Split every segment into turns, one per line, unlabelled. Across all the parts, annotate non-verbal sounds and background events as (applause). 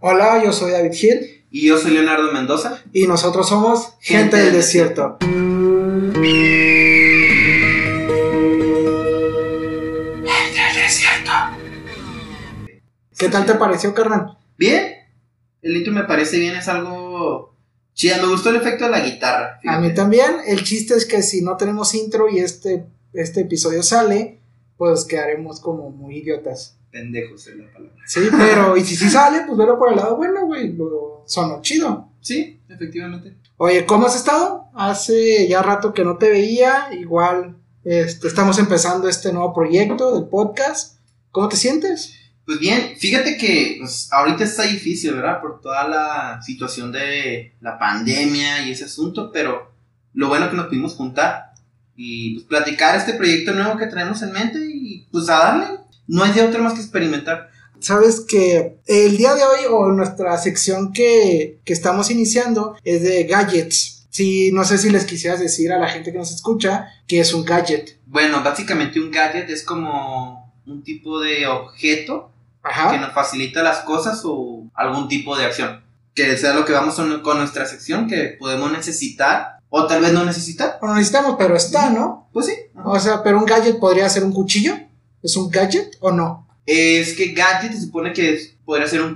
Hola, yo soy David Gil
Y yo soy Leonardo Mendoza.
y nosotros somos Gente
Gente
del
del
Desierto. ¿Qué tal te pareció, carnal?
Bien. El intro me parece bien, es algo chida. Me gustó el efecto de la guitarra.
A mí
fíjate.
también. El chiste es que si no tenemos intro y este, este episodio sale, pues quedaremos como muy idiotas.
Pendejos es la palabra.
(laughs) Sí, pero y si sí sale, pues velo por el lado bueno, güey. Lo sonó chido.
Sí, efectivamente.
Oye, ¿cómo has estado? Hace ya rato que no te veía. Igual este, estamos empezando este nuevo proyecto del podcast. ¿Cómo te sientes?
Pues bien, fíjate que pues, ahorita está difícil, ¿verdad? Por toda la situación de la pandemia y ese asunto, pero lo bueno que nos pudimos juntar y pues, platicar este proyecto nuevo que tenemos en mente y pues a darle. No hay de otra más que experimentar.
Sabes que el día de hoy o nuestra sección que, que estamos iniciando es de gadgets. Sí, no sé si les quisieras decir a la gente que nos escucha que es un gadget.
Bueno, básicamente un gadget es como un tipo de objeto que
Ajá.
nos facilita las cosas o algún tipo de acción. Que sea lo que vamos a- con nuestra sección que podemos necesitar o tal vez no necesitar.
Bueno, necesitamos, pero está, ¿no?
Pues sí. ajá.
O sea, pero un gadget podría ser un cuchillo. ¿Es un gadget o no?
Es que gadget se supone que es- podría ser un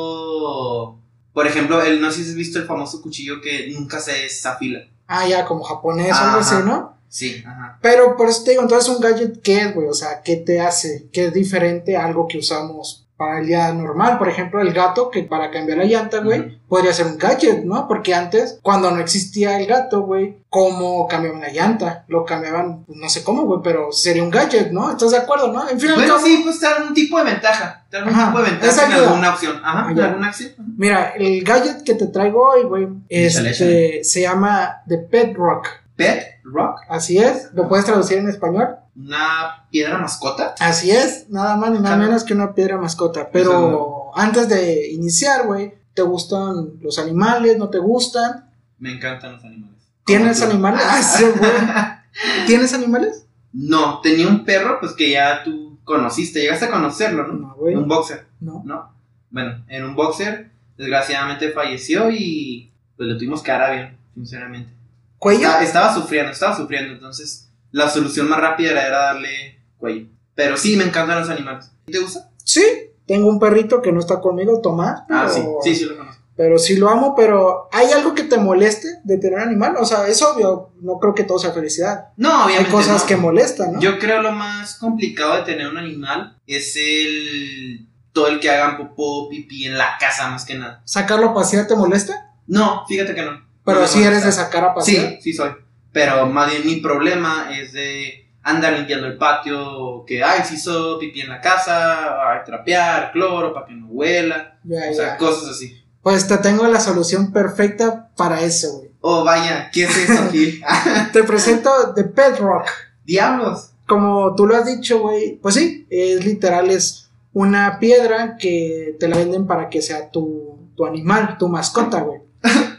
cuchillo. Por ejemplo, el, no sé si has visto el famoso cuchillo que nunca se desafila.
Ah, ya, como japonés o algo así,
Ajá.
¿no?
Sí, ajá.
Pero por eso te digo, entonces un gadget, ¿qué es, güey? O sea, ¿qué te hace? ¿Qué es diferente a algo que usamos para el día normal? Por ejemplo, el gato, que para cambiar la llanta, Ah, güey,
Ujú.
podría ser un gadget, ¿no? Porque antes, cuando no existía el gato, güey, ¿cómo cambiaban la llanta? Lo cambiaban, pues, no sé cómo, güey, pero sería un gadget, ¿no? ¿Estás de acuerdo, no? En fin, al
Bueno,
cabo-
sí, pues te da algún tipo de ventaja. Te da algún
Ajá,
tipo de
esa
ventaja en
ayuda.
alguna opción. Ajá, en
Ayuda.
alguna acción.
Mira, el gadget que te traigo hoy, güey,
Échale,
este, se llama The Pet Rock.
Pet Rock,
Así es, ¿lo puedes traducir en español?
una piedra mascota.
Así es, nada más ni nada
Claro.
menos que una piedra mascota. Pero
Exacto.
antes de iniciar, güey, ¿te gustan los animales? ¿No te gustan?
Me encantan los animales.
¿Tienes
Como tú. (laughs)
animales? Ah, sí, güey. ¿Tienes animales?
No, tenía un perro, pues que ya tú conociste, llegaste a conocerlo, ¿no?
No, güey.
Un boxer.
No.
¿no? Bueno, en un boxer, desgraciadamente falleció y pues lo tuvimos que dar a bien, sinceramente.
¿Cuello?
Estaba, estaba sufriendo, estaba sufriendo, entonces la solución más rápida era, era darle cuello. Pero sí, me encantan los animales. ¿Te gusta?
Sí. Tengo un perrito que no está conmigo, Tomás.
Ah, sí,
pero-
sí, sí lo conozco.
Pero sí lo amo, pero ¿hay algo que te moleste de tener un animal? O sea, es obvio, no creo que todo sea felicidad.
No, obviamente.
Hay cosas
no.
que molestan, ¿no?
Yo creo lo más complicado de tener un animal es el... Todo el que hagan popó, pipí en la casa, más que nada.
¿Sacarlo a pasear te molesta?
No, fíjate que no.
Pero
No me
sí eres
molesta.
de sacar a pasear.
¿Ah, Sí, sí soy. Pero más bien mi problema es de andar limpiando el patio, que ay, se hizo pipí en la casa, ay, trapear, cloro para que no huela,
Ya,
o sea,
ya.
cosas así.
Pues te tengo la solución perfecta para eso, güey.
Oh, vaya, ¿qué es eso, Gil? (laughs) Ah,
Te presento The Pet Rock.
Diablos.
Como tú lo has dicho, güey, pues sí, es literal, es una piedra que te la venden para que sea tu, tu animal, tu mascota, güey.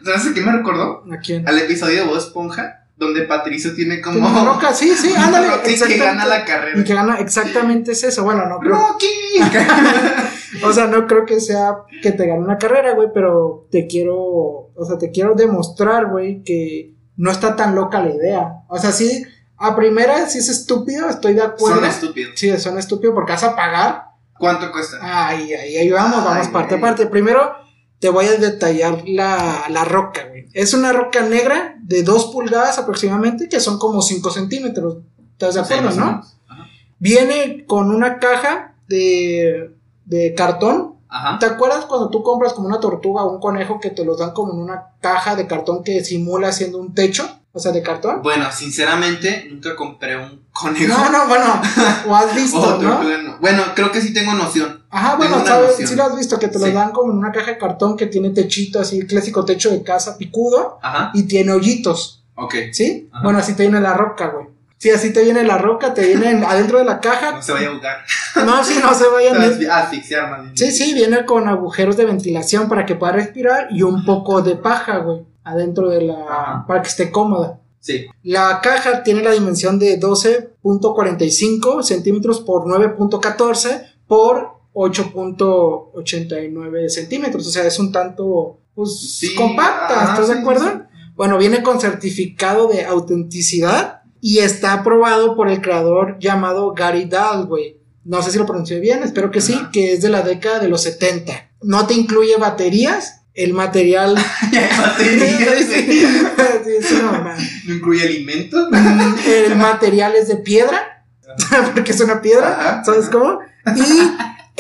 ¿Sabes a qué me recordó?
¿A quién?
Al episodio de Bob Esponja, donde Patricio tiene como...
Una roca, sí, sí, ándale.
(laughs) una roca y que
exactamente.
gana la
Y
carrera.
que gana, exactamente es eso. Bueno, no creo,
(laughs) ¡Rocky!
o sea, no creo que sea que te gane una carrera, güey, pero te quiero, o sea, te quiero demostrar, güey, que no está tan loca la idea. O sea, sí, a primera, sí es estúpido, estoy de acuerdo.
Son estúpidos.
Sí, son estúpido porque vas a pagar.
¿Cuánto cuesta?
Ay, ay, ahí vamos, vamos
Ay,
parte a
güey.
parte. Primero te voy a detallar la, la roca, güey. Es una roca negra de 2 pulgadas aproximadamente, que son como 5 centímetros. ¿Estás de acuerdo,
Sí, más o
no?
menos. Ajá.
Viene con una caja de, de cartón.
Ajá.
¿Te acuerdas cuando tú compras como una tortuga o un conejo que te los dan como en una caja de cartón que simula siendo un techo? O sea, de cartón.
Bueno, sinceramente, nunca compré un conejo.
No, no,
(laughs)
bueno, o has visto,
Oh,
¿no?
tortuga no. Bueno, creo que sí tengo noción.
Ajá,
Tengo
bueno,
una
sabes,
noción.
sí lo has visto, que te lo
Sí.
dan como en una caja de cartón que tiene techito, así, el clásico techo de casa picudo,
Ajá.
y tiene hoyitos,
Ok.
¿sí?
Ajá.
Bueno, así te viene la roca, güey. Sí, así te viene la roca, te viene en- adentro de la caja.
(laughs) No se vaya a jugar.
No, sí, no se
Se va
vayan.
a asfixiar más bien.
Sí, sí, viene con agujeros de ventilación para que pueda respirar y un poco de paja, güey, adentro de la...
Ajá.
para que esté cómoda.
Sí.
La caja tiene la dimensión de 12.45 centímetros por 9.14 por 8.89 centímetros. O sea, es un tanto pues,
Sí,
compacta,
ajá,
¿estás
sí,
de acuerdo?
sí, (laughs)
Bueno, viene con certificado de autenticidad y está aprobado por el creador llamado Gary Dahl, güey. No sé si lo pronuncié bien, espero que sí,
Ajá.
que es de la década de los 70. No te incluye baterías, el (laughs) material...
Baterías,
(laughs) Sí,
güey.
es una mamada.
No incluye alimentos.
el material es de piedra, (laughs) porque es una piedra,
Ajá,
¿sabes
ajá.
cómo? Y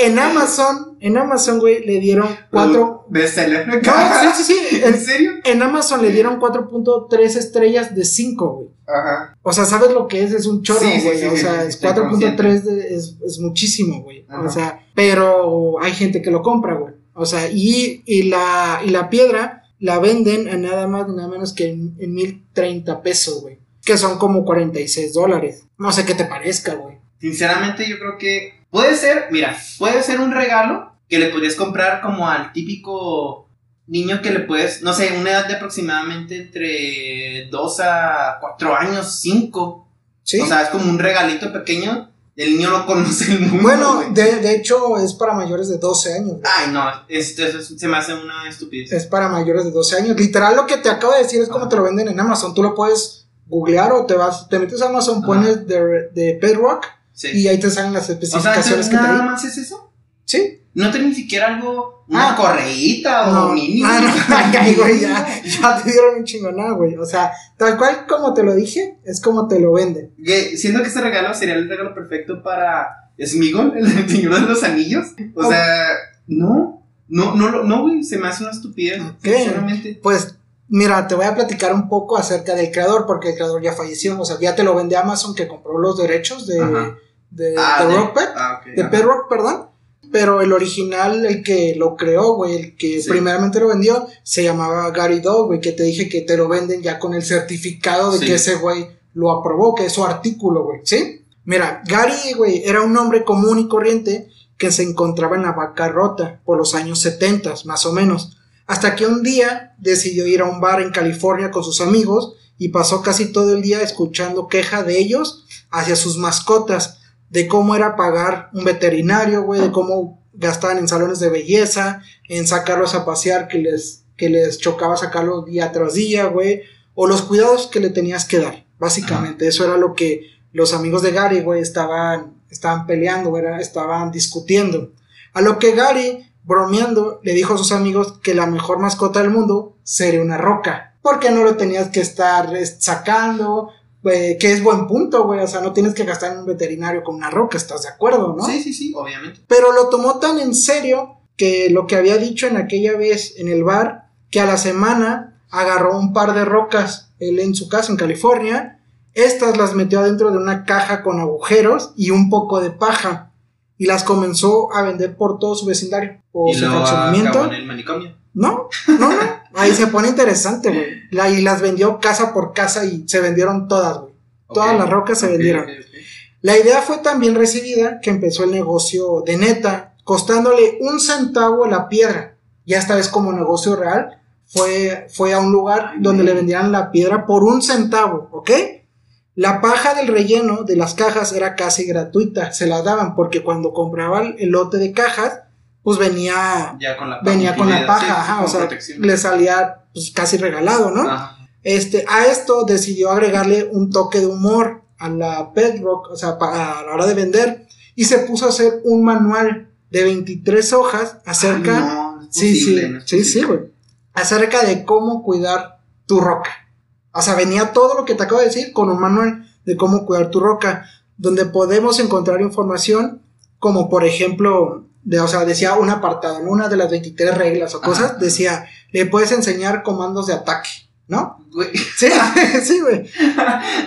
en Amazon, en Amazón, güey, le dieron cuatro...
Bestseller.
No, (laughs) sí, sí, sí.
¿En
En,
serio?
(laughs) en Amazon le dieron 4.3 estrellas de 5, güey.
Ajá.
O sea, ¿sabes lo que es? Es un chorro,
Sí, sí,
güey.
sí,
o
sí,
sea,
sí,
es
estoy
4.3 de- es, es muchísimo, güey.
Ajá.
O sea, pero hay gente que lo compra, güey. O sea, y, y, la, y la piedra la venden a nada más ni nada menos que en, en 1030 pesos, güey. Que son como 46 dólares. No sé qué te parezca, güey.
Sinceramente, yo creo que puede ser, mira, puede ser un regalo que le podrías comprar como al típico niño que le puedes, no sé, una edad de aproximadamente entre 2 a 4 años, 5.
Sí.
O sea, es como un regalito pequeño. El niño no conoce el mundo.
bueno,
güey. Ah,
de, de hecho es para mayores de 12 años, güey.
Ay, no, esto se me hace una estupidez.
Es para mayores de 12 años. Literal, lo que te acabo de decir es como
Ajá.
te lo venden en Amazon. Tú lo puedes googlear o te vas, te metes a Amazon,
Ajá.
pones de, de Bedrock
Sí.
y ahí te salen las
O sea,
especificaciones
entonces,
que te
nada
di.
más es eso.
Sí. (laughs)
No tiene ni siquiera algo, una
Ah.
correíta o
No,
un niño.
Ah, no, (laughs) ay, güey,
(laughs)
ya, ya te dieron un chingonada, güey. O sea, tal cual como te lo dije, es como te lo venden.
Que siento que este regalo sería el regalo perfecto para Smigol, el (laughs) señor de los anillos. O
Oh.
sea, no, no, no, lo- no, güey, se me hace una estupidez,
Ok.
sinceramente.
Pues, mira, te voy a platicar un poco acerca del creador, porque el creador ya falleció. O sea, ya te lo vende Amazon que compró los derechos de,
Ajá.
de,
Ah,
de
de-
Rock Band.
Ah, ok.
de
ajá.
Perro, perdón. Pero el original, el que lo creó, güey, el que
Sí.
primeramente lo vendió, se llamaba Gary Dog, güey, que te dije que te lo venden ya con el certificado de
Sí.
que ese güey lo aprobó, que es su artículo, güey, ¿sí? Mira, Gary, güey, era un hombre común y corriente que se encontraba en la bancarrota por los años 70, más o menos. Hasta que un día decidió ir a un bar en California con sus amigos y pasó casi todo el día escuchando queja de ellos hacia sus mascotas, de cómo era pagar un veterinario, güey, de cómo gastaban en salones de belleza, en sacarlos a pasear, que les, que les chocaba sacarlos día tras día, güey, o los cuidados que le tenías que dar, básicamente. Eso era lo que los amigos de Gary, güey, estaban, estaban peleando, güey, era- estaban discutiendo. A lo que Gary, bromeando, le dijo a sus amigos que la mejor mascota del mundo sería una roca. Porque no lo tenías que estar eh, sacando, eh, que es buen punto, güey. O sea, no tienes que gastar en un veterinario con una roca, ¿estás de acuerdo, no?
Sí, sí, sí, obviamente.
Pero lo tomó tan en serio que lo que había dicho en aquella vez en el bar, que a la semana agarró un par de rocas, él en su casa en California, estas las metió adentro de una caja con agujeros y un poco de paja, y las comenzó a vender por todo su vecindario o
y
su
lo
fraccionamiento.
acabó en el manicomio.
No, no, no. Ahí se pone interesante, güey. La- y las vendió casa por casa y se vendieron todas, güey. Todas
Ok,
las rocas se
ok,
vendieron.
ok, ok.
La idea fue tan bien recibida que empezó el negocio de neta, costándole un centavo la piedra. Ya esta vez como negocio real, fue, fue a un lugar
Ay,
donde
güey.
le vendían la piedra por un centavo, ¿ok? La paja del relleno de las cajas era casi gratuita, se la daban porque cuando compraban el lote de cajas, pues venía,
Ya con la paja.
venía con la
incluida, sí, sí,
paja, ajá,
con
o sea,
protección. Ah.
le salía pues, casi regalado, ¿no?
Ajá.
Este, a esto decidió agregarle un toque de humor a la Bedrock, o sea, pa- a la hora de vender, y se puso a hacer un manual de 23 hojas acerca,
Ay, Ah, no, no es
sí,
posible,
sí,
no es
sí, sí,
posible.
güey, acerca de cómo cuidar tu roca. O sea, venía todo lo que te acabo de decir con un manual de cómo cuidar tu roca, donde podemos encontrar información como por ejemplo, de, o sea, decía un apartado, en una de las 23 reglas o
Ajá.
cosas, decía, le puedes enseñar comandos de ataque, ¿no?
Güey,
Sí, (laughs) sí, güey.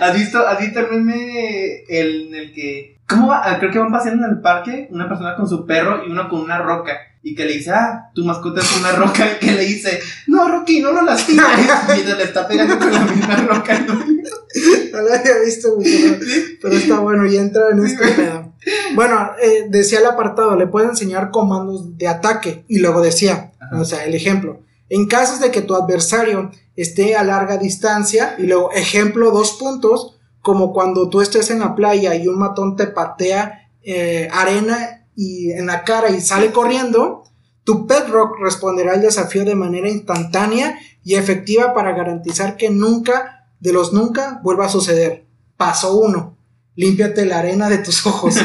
¿Has visto, has visto el meme el, en el que... ¿Cómo va? Ah, Creo que van paseando en el parque una persona con su perro y uno con una roca. Y que le dice, ah, tu mascota es una roca. Y que le dice, no, Rocky, no
(laughs)
lo lastimes. Mientras le está pegando con la misma roca.
No lo había visto, güey. Pero, pero está bueno, ya entra en este pedo. Bueno, eh, decía el apartado, le puede enseñar comandos de ataque. Y luego decía,
Ajá.
o sea, el ejemplo. En casos de que tu adversario esté a larga distancia, y luego, ejemplo, dos puntos, como cuando tú estés en la playa y un matón te patea eh, arena y en la cara y sale corriendo, tu Bedrock responderá al desafío de manera instantánea y efectiva para garantizar que nunca, de los nunca, vuelva a suceder. Paso 1. Límpiate la arena de tus ojos.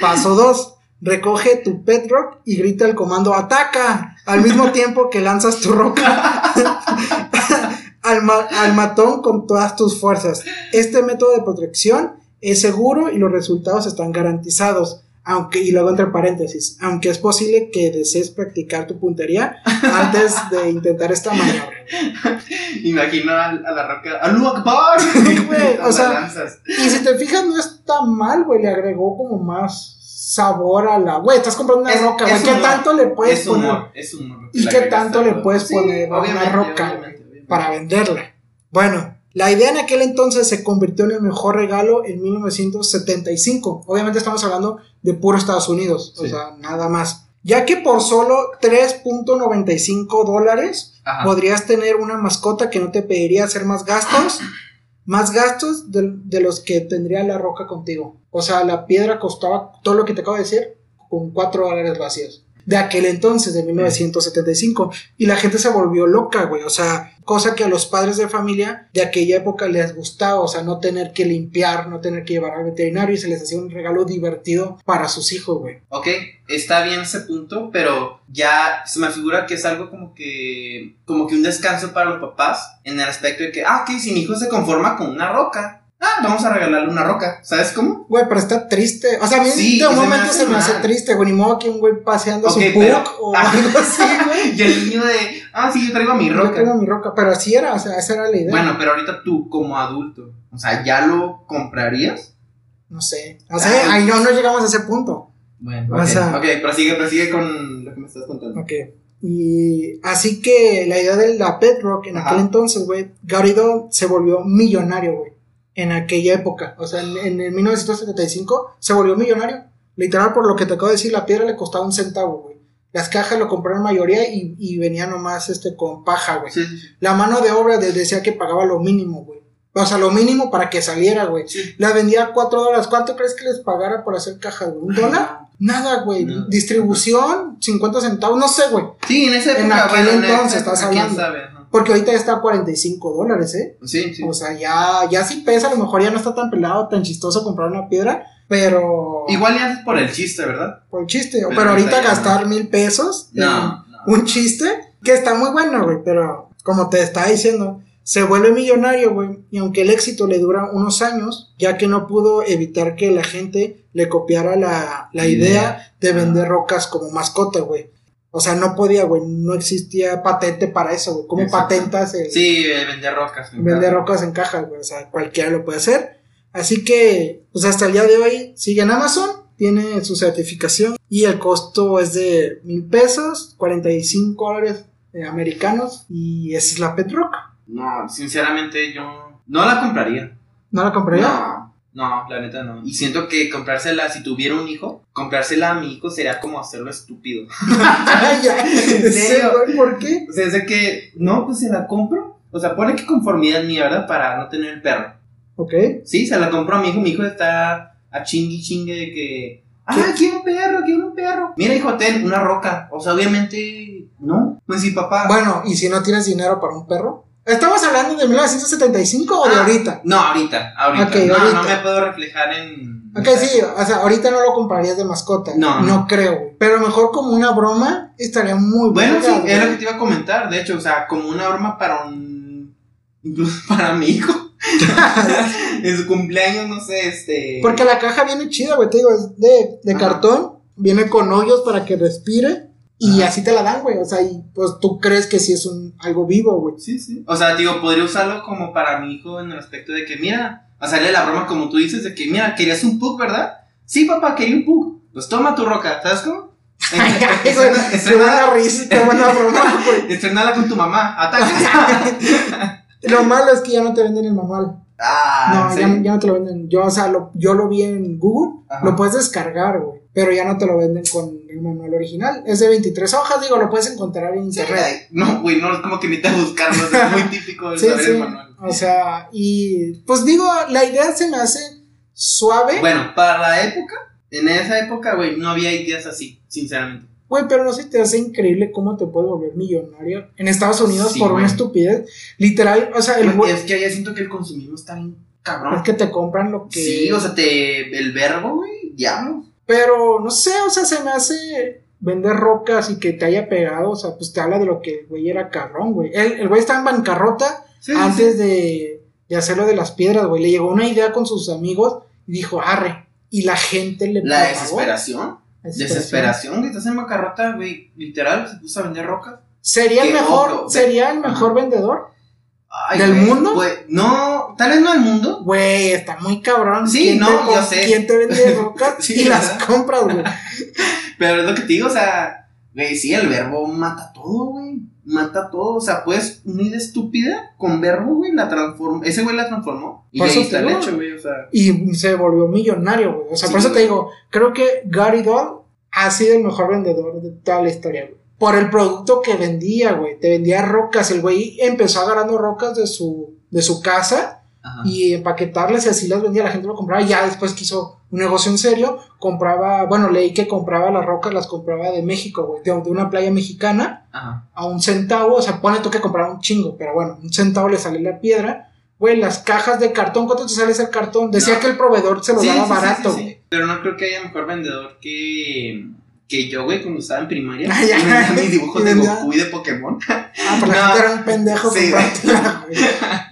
Paso 2. Recoge tu Bedrock y grita el comando ¡Ataca! al mismo tiempo que lanzas tu roca (laughs) al, ma- al matón con todas tus fuerzas. Este método de protección es seguro y los resultados están garantizados aunque y luego entre paréntesis, aunque es posible que desees practicar tu puntería antes de intentar esta maniobra.
Imagino a, a la roca. ¡Alú Akbar!
güey, o
Las
sea-
lanzas.
Y si te fijas no está mal, güey, le agregó como más sabor a la, güey, estás comprando una
Es-
roca,
es
güey, ¿qué
humor,
tanto le puedes
Es
poner
humor, es humor.
¿Y
La
qué
agregaste
tanto
al
le
juego.
puedes poner a una
obviamente,
roca,
obviamente, obviamente.
para venderla? Bueno, la idea en aquel entonces se convirtió en el mejor regalo en 1975. Obviamente estamos hablando de puro Estados Unidos, o
Sí.
sea, nada más. Ya que por solo 3.95 dólares
Ajá.
podrías tener una mascota que no te pediría hacer más gastos, más gastos de, de los que tendría la roca contigo. O sea, la piedra costaba todo lo que te acabo de decir con 4 dólares vacíos. De aquel entonces, de 1975. Y la gente se volvió loca, güey. O sea, cosa que a los padres de familia de aquella época les gustaba. O sea, no tener que limpiar, no tener que llevar al veterinario. Y se les hacía un regalo divertido para sus hijos, güey.
Ok, está bien ese punto, pero ya se me figura que es algo como que, como que un descanso para los papás en el aspecto de que, ah, que sin hijo se conforma con una roca. Ah, vamos a regalarle una roca, ¿sabes cómo?
Güey, pero está triste. O sea, a mí
Sí,
de un
se me
momento
hace
se me hace
mal.
triste, güey. Ni modo que un güey paseando
Ok,
su
pero-
puck
(laughs)
o
Ah.
algo así, güey.
Y el niño de, ah, sí, yo traigo mi
Oh. Yo tengo
roca.
mi roca, pero así era, o sea, esa era la idea.
Bueno, pero ahorita tú como adulto, o sea, ¿ya lo comprarías?
no sé. O sea, ahí no, no llegamos a ese punto.
Bueno,
O
ok,
sea-
ok, prosigue, prosigue con lo que me estás contando.
Ok. Y así que la idea de la Bedrock en
Ajá.
aquel entonces, güey, Garrido se volvió millonario, güey. En aquella época, o sea, en, en el 1975 se volvió millonario. Literal, por lo que te acabo de decir, la piedra le costaba un centavo, güey. Las cajas lo compraron mayoría y, y venía nomás este, con paja, güey.
Sí, sí, sí.
La mano de obra de- decía que pagaba lo mínimo, güey. O sea, lo mínimo para que saliera, güey.
Sí.
La vendía a 4 dólares. ¿Cuánto crees que les pagara por hacer caja, güey? ¿Un
(laughs)
dólar? Nada, güey.
No.
Distribución, 50 centavos, no sé, güey.
Sí, en esa
En
época,
aquel
bueno, en esa
entonces,
época,
estás
¿quién
hablando.
sabe? Ajá.
Porque ahorita ya está a 45 dólares, ¿eh?
Sí, sí.
O sea, ya, ya sí pesa, a lo mejor ya no está tan pelado, tan chistoso comprar una piedra, pero...
Igual ya haces por el chiste, ¿verdad?
Por chiste. Pero,
Pero ahorita
ahorita
ya no.
gastar mil pesos en
No, no.
un chiste que está muy bueno, güey, pero como te estaba diciendo, se vuelve millonario, güey, y aunque el éxito le dura unos años, ya que no pudo evitar que la gente le copiara la, la idea.
Idea.
de vender rocas como mascota, güey. O sea, no podía, güey, no existía patente para eso, güey. ¿Cómo
Exacto.
patentas el
Sí, eh, vender rocas. me encanta.
vender rocas en cajas, güey? O sea, cualquiera lo puede hacer. Así que, pues hasta el día de hoy sigue en Amazon, tiene su certificación y el costo es de mil pesos, 45 dólares eh, americanos y esa es la Pet Rock.
No, sinceramente yo no la compraría.
¿No la compré (laughs) yo?
No, no, la neta no. Y siento que comprársela, si tuviera un hijo, comprársela a mi hijo sería como hacerlo estúpido.
Ay, Ah, (laughs) ya.
¿En serio?
Sí, güey, ¿Por qué?
O sea, es de que, no, pues se la compro. O sea, pone que conformidad mía, ¿verdad? Para no tener el perro.
Ok.
Sí, se la compro a mi hijo. Mi hijo está a chingui chingue de
¿Qué?
que. Ah, quiero un perro, quiero un perro. Mira, hijo, ten una roca. O sea, obviamente, no. Pues sí, papá.
Bueno, ¿y si no tienes dinero para un perro? ¿Estamos hablando de 1975 o de
Ah.
ahorita?
No, ahorita, ahorita.
Ok,
no,
ahorita.
no me puedo reflejar en.
Ok, sí, o sea, ahorita no lo comprarías de mascota.
No.
No creo, güey. Pero mejor como una broma estaría muy
Bueno, sí,
verga, güey.
es lo que te iba a comentar, de hecho, o sea, como una broma para un... incluso (laughs) para
(laughs)
mi hijo. en su cumpleaños, no sé, este...
Porque la caja viene chida, güey. Te digo, es de, de
Ajá.
cartón. Viene con hoyos para que respire. Y
Ajá.
así te la dan, güey. O sea, y pues tú crees que sí es un, algo vivo,
(laughs)
güey.
Sí, sí. O sea, digo, podría usarlo como para mi hijo en el aspecto de que, mira, hacerle la broma como tú dices, de que, mira, querías un pug, ¿verdad? Sí, papá, quería un pug. Pues toma tu roca, ¿sabes cómo?
Ay, güey,
Estrena-
Qué buena
Estrenala
risa, qué buena
(laughs)
broma, güey.
estrenala con tu mamá,
(laughs)
ataca. (laughs)
Lo malo es que ya no te venden el manual.
ah,
No,
¿en
ya,
serio?
ya no te lo venden. Yo, o sea, lo, yo lo vi en Google,
Ajá.
lo puedes descargar, güey. Pero ya no te lo venden con el manual original. Es de 23 hojas, digo, lo puedes encontrar en internet.
No, güey, no, es como que necesitas buscarlo,
(laughs)
es muy típico de
Sí,
saber
sí.
el manual.
O sea, y pues digo, la idea se me hace suave.
Bueno, para la época En esa época, güey, no había ideas así, sinceramente.
Güey, pero no se te hace increíble cómo te puedes volver millonario en Estados Unidos
Sí,
por
güey.
una estupidez. Literal, o sea, el
Güey,
güey
es que allá siento que el consumismo está bien cabrón.
es que te compran lo que.
Sí, o sea, te, el verbo, güey, diablo.
Pero no sé, o sea, se me hace vender rocas y que te haya pegado. O sea, pues te habla de lo que el güey era cabrón, güey. El el güey estaba en bancarrota
Sí,
antes de, de hacerlo de las piedras, güey. Le llegó una idea con sus amigos y dijo, arre. Y la gente le
La
propagó.
desesperación. Desesperación, güey, estás en macarrota, güey, literal, se puso a vender rocas.
¿Sería el
Qué
mejor,
ojo.
sería el mejor
Ajá.
vendedor?
Ay,
¿Del
güey,
mundo?
güey, no, tal vez no del mundo.
Güey, está muy cabrón.
Sí,
¿Quién
no,
te,
yo
com-
sé.
¿Quién te
(laughs)
vende rocas
Sí,
y las
¿verdad?
compras, güey?
Pero es lo que te digo, o sea, güey, sí, el verbo mata todo, güey. Mata todo, o sea, puedes una idea estúpida con verbo, güey, la transformó. Ese güey la transformó. Y
Por
ahí
eso
está
te
el
digo.
hecho, güey, o sea.
Y se volvió millonario, güey. O sea,
Sí,
por eso te
güey.
digo, creo que Gary Dodd ha sido el mejor vendedor de toda la historia, güey. Por el producto que vendía, güey. Te vendía rocas. El güey empezó agarrando rocas de su, de su casa
Ajá.
y empaquetarlas y así las vendía, la gente lo compraba. Ya después quiso un negocio en serio, compraba, bueno, leí que compraba las rocas, las compraba de México, güey, de, de una playa mexicana
Ajá.
a un centavo, o sea, pone tú que compraba un chingo, pero bueno, un centavo le sale la piedra. Güey, las cajas de cartón, ¿cuánto te sale ese cartón? Decía
No.
que el proveedor se lo
Sí,
daba
sí, sí,
barato,
sí, sí. Pero no creo que haya mejor vendedor que, que yo, güey, cuando estaba en primaria.
(laughs) Ah, ya.
Y vendía mis dibujos
Y
de
vendía-
Goku y de Pokémon.
Ah, pero la
No.
gente era un pendejo.
Sí,
comprándola, güey.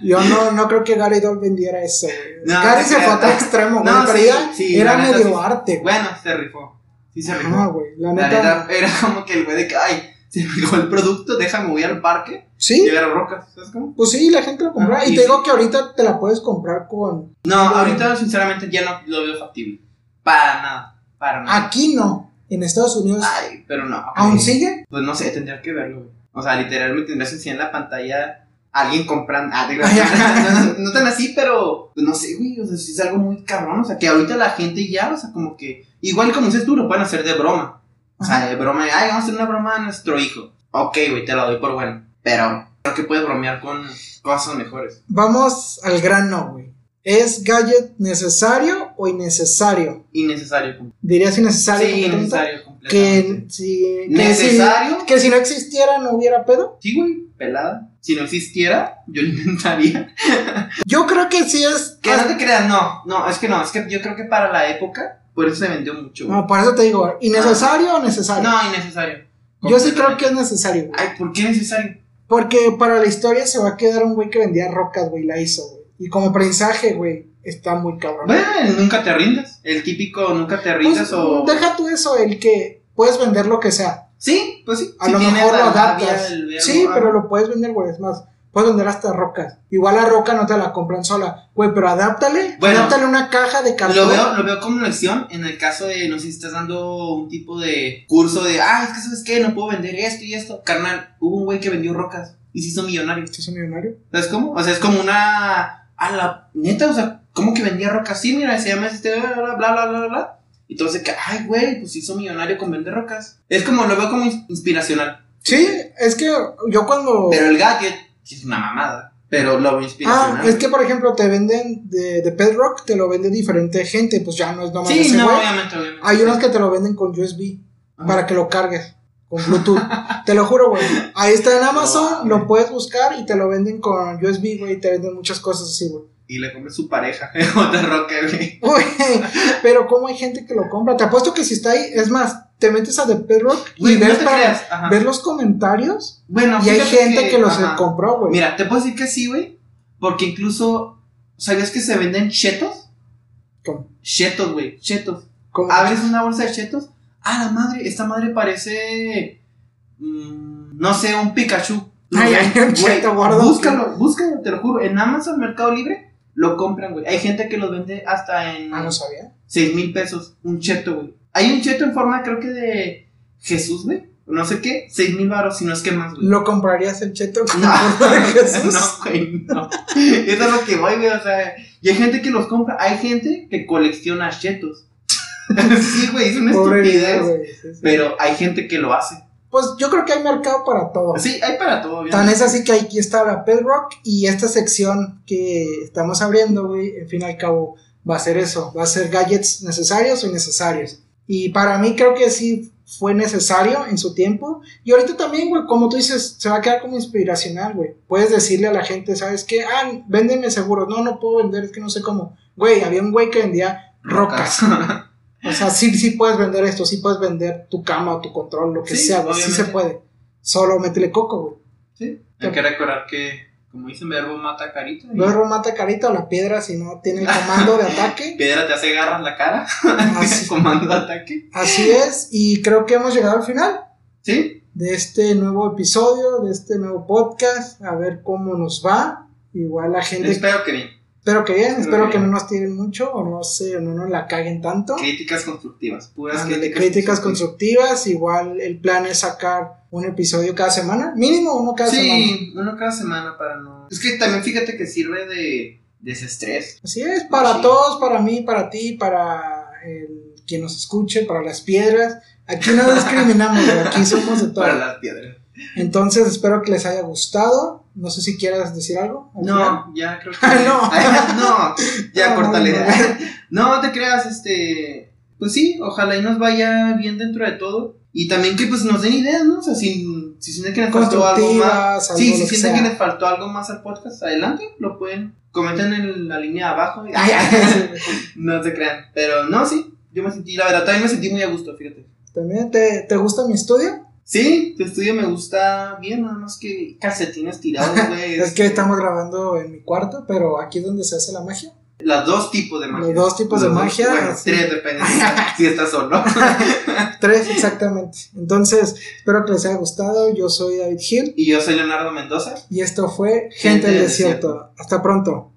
Yo no, no creo que Gary Doll vendiera eso, güey.
No,
Gary
no
se
creo.
fue a otro extremo, güey.
No,
pero
sí,
ya
sí,
era
la neta
medio
sí.
arte, güey.
Bueno, se rifó. Sí, se rifó.
Ajá, güey. La
La
neta.
neta, era como que el güey de que, ay, se me acabó el producto, déjame voy al parque
Sí,
y agarro rocas, ¿sabes cómo?
Pues sí, la gente lo compra.
Ajá,
y
Ah, y
te digo
sí.
que ahorita te la puedes comprar con.
No, ahorita sinceramente ya no lo veo factible. Para nada, para nada.
Aquí no. En Estados Unidos.
Ay, pero no.
Ah, ¿Aún
güey.
sigue?
Pues no sé, tendría que verlo, güey. O sea, literalmente tendrías así en la pantalla alguien comprando. Ah, te
(laughs) Ay, ajá.
no, no, no tan así, pero pues no sé, güey. O sea, sí es algo muy cabrón. O sea, que ahorita la gente ya, o sea, como que. Igual como dices tú, lo pueden hacer de broma. O sea, de broma, ay, vamos a hacer una broma a nuestro hijo. Ok, güey, te la doy por bueno. Pero creo que puedes bromear con cosas mejores.
Vamos al grano, güey. ¿Es gadget necesario o innecesario?
Innecesario. completamente.
Dirías innecesario.
Sí,
completamente?
innecesario.
Que
completamente.
si, que, si,
Necesario.
que si no existiera, no hubiera pedo.
Sí, güey, pelada. Si no existiera, yo lo inventaría.
Yo creo que sí es.
Que no te creas, no, no, es que no, es que yo creo que para la época, por eso se vendió mucho. güey.
No, por eso te digo, ¿innecesario o necesario?
No, innecesario.
Yo sí creo que es necesario, güey.
Ay, ¿por qué necesario?
Porque para la historia se va a quedar un güey que vendía rocas, güey, la hizo, güey. Y como prensaje, güey, está muy cabrón.
Bueno, el nunca te rindas. El típico nunca te rindas
Pues,
o.
Deja tú eso, el que puedes vender lo que sea.
Sí, pues sí.
A
si
lo
tienes
mejor lo
la labia
adaptas.
del verbo,
Sí,
ah,
pero lo puedes vender, güey. Es más, puedes vender hasta rocas. Igual la roca no te la compran sola. Güey, pero adáptale.
Bueno,
adáptale una caja de cartón.
Lo veo, lo veo como lección en el caso de, no sé si estás dando un tipo de curso de, ah, es que sabes qué, no puedo vender esto y esto. Carnal, hubo un güey que vendió rocas y se hizo millonario.
¿Este es un millonario?
¿Sabes cómo? O sea, es como una. A la neta, o sea, como que vendía rocas. Sí, mira, se llama este. Bla, bla, bla, bla, bla. bla. Y entonces, que, ay, güey, pues hizo millonario con vender rocas. Es como, lo veo como ins- inspiracional.
Sí, es que yo cuando.
Pero el gadget sí es una mamada. Pero lo veo inspiracional.
Ah, es que por ejemplo te venden de, de Pet Rock, te lo vende diferente gente, pues ya no es nomás
Sí,
ese
no,
güey.
obviamente, obviamente.
Hay unos que te lo venden con USB
Ajá.
para que lo cargues con
(laughs)
Bluetooth. te lo juro, güey. Ahí está en Amazon,
No,
lo puedes buscar y te lo venden con USB, güey. Te venden muchas cosas así, güey.
Y le compré su pareja. (laughs) Otra roca, güey.
Güey, (laughs) pero ¿cómo hay gente que lo compra? Te apuesto que si está ahí, es más, te metes a The Pet Rock y
Güey, no
ves,
te
para-
creas. Ajá.
ves los comentarios
Bueno,
y hay
fíjate
gente que, los
ajá.
compró, güey.
Mira, te puedo decir que sí, güey. Porque incluso. ¿Sabías que se venden chetos?
¿Cómo?
Chetos, güey. Chetos.
Como-
abres una bolsa de chetos. Ah, la madre, esta madre parece. mm, no sé, un Pikachu.
Ay, ay, un
Güey,
cheto gordo.
Búscalo, búscalo, te lo juro. En Amazon, Mercado Libre, lo compran, güey. Hay gente que los vende hasta en
Ah, no sabía.
6 mil pesos. Un cheto, güey. Hay un cheto en forma, creo que de Jesús, güey. No sé qué, 6 mil baros, si no es que más, güey.
¿Lo comprarías el cheto con
(laughs)
(laughs)
No,
la forma de Jesús?
no, güey, no. Eso es lo que voy, güey, o sea. Y hay gente que los compra, hay gente que colecciona chetos. (laughs) sí, güey, es una
Pobre
estupidez.
vida, güey. Sí, sí.
Pero hay gente que lo hace.
Pues yo creo que hay mercado para todo.
Sí, hay para todo,
Tan
obviamente.
es así que aquí está la Pet Rock y esta sección que estamos abriendo, güey, al fin y al cabo, va a ser eso, va a ser gadgets necesarios o innecesarios. Y para mí creo que sí fue necesario en su tiempo. Y ahorita también, güey, como tú dices, se va a quedar como inspiracional, güey. Puedes decirle a la gente, ¿sabes qué? Ah, véndeme seguro. No, no puedo vender, es que no sé cómo. Güey, había un güey que vendía rocas. o sea, sí, sí puedes vender esto, sí puedes vender tu cama o tu control, lo que
Sí,
sea, güey. Sí
obviamente.
se puede. Solo métele coco, güey.
Sí. (laughs) Hay que recordar que, como dicen, verbo mata carita. y
Luego mata carita o la piedra si no tiene el comando de
(laughs)
ataque.
Piedra te hace garras la cara.
Así,
(laughs) Comando de ataque.
así es. Y creo que hemos llegado al final.
Sí.
de este nuevo episodio, de este nuevo podcast, a ver cómo nos va. Igual la gente,
Espero que bien.
espero que bien,
espero
espero
que
que no
bien.
nos tiren mucho o no sé, o no nos la caguen tanto.
Críticas constructivas. Puras
Ándale,
críticas,
críticas constructivas, igual el plan es sacar un episodio cada semana, mínimo uno cada semana.
Sí, uno cada semana para no. Es que también fíjate que sirve de desestrés.
Así es, para
Pues Sí.
todos, para mí, para ti, para el, quien nos escuche, para las piedras. Aquí no discriminamos, güey, aquí somos de
Para
todo.
las piedras.
Entonces espero que les haya gustado. No sé si quieras decir algo. al final.
No, ya
(laughs)
creo que.
No.
(laughs)
(laughs)
no, ya
No,
córtale.
no,
(laughs) No, te creas, este. Pues sí, ojalá y nos vaya bien dentro de todo. Y también que pues nos den ideas, ¿no? O sea, si, si sienten que les faltó algo más.
constructivas, algo
Sí,
lo
si
que
sienten
sea.
que les faltó algo más al podcast, adelante, lo pueden. Comenten en la línea de abajo.
Ay, ay, sí.
(laughs) no se crean. Pero no, sí. Yo me sentí, la verdad, también me sentí muy a gusto, fíjate.
También te, te gusta mi estudio.
Sí, tu estudio me gusta bien, nada más que calcetines
(laughs)
tirados, güey. este,
Es que estamos grabando en mi cuarto, pero aquí es donde se hace la magia.
Los dos tipos de magia.
Los dos tipos de
Los dos-
magia,
Bueno,
así.
tres, depende (laughs) si- si estás solo.
Tres, exactamente. Entonces, espero que les haya gustado. Yo soy David Gil
y yo soy Leonardo Mendoza.
y esto fue Gente,
Gente
del
del
desierto. Hasta pronto.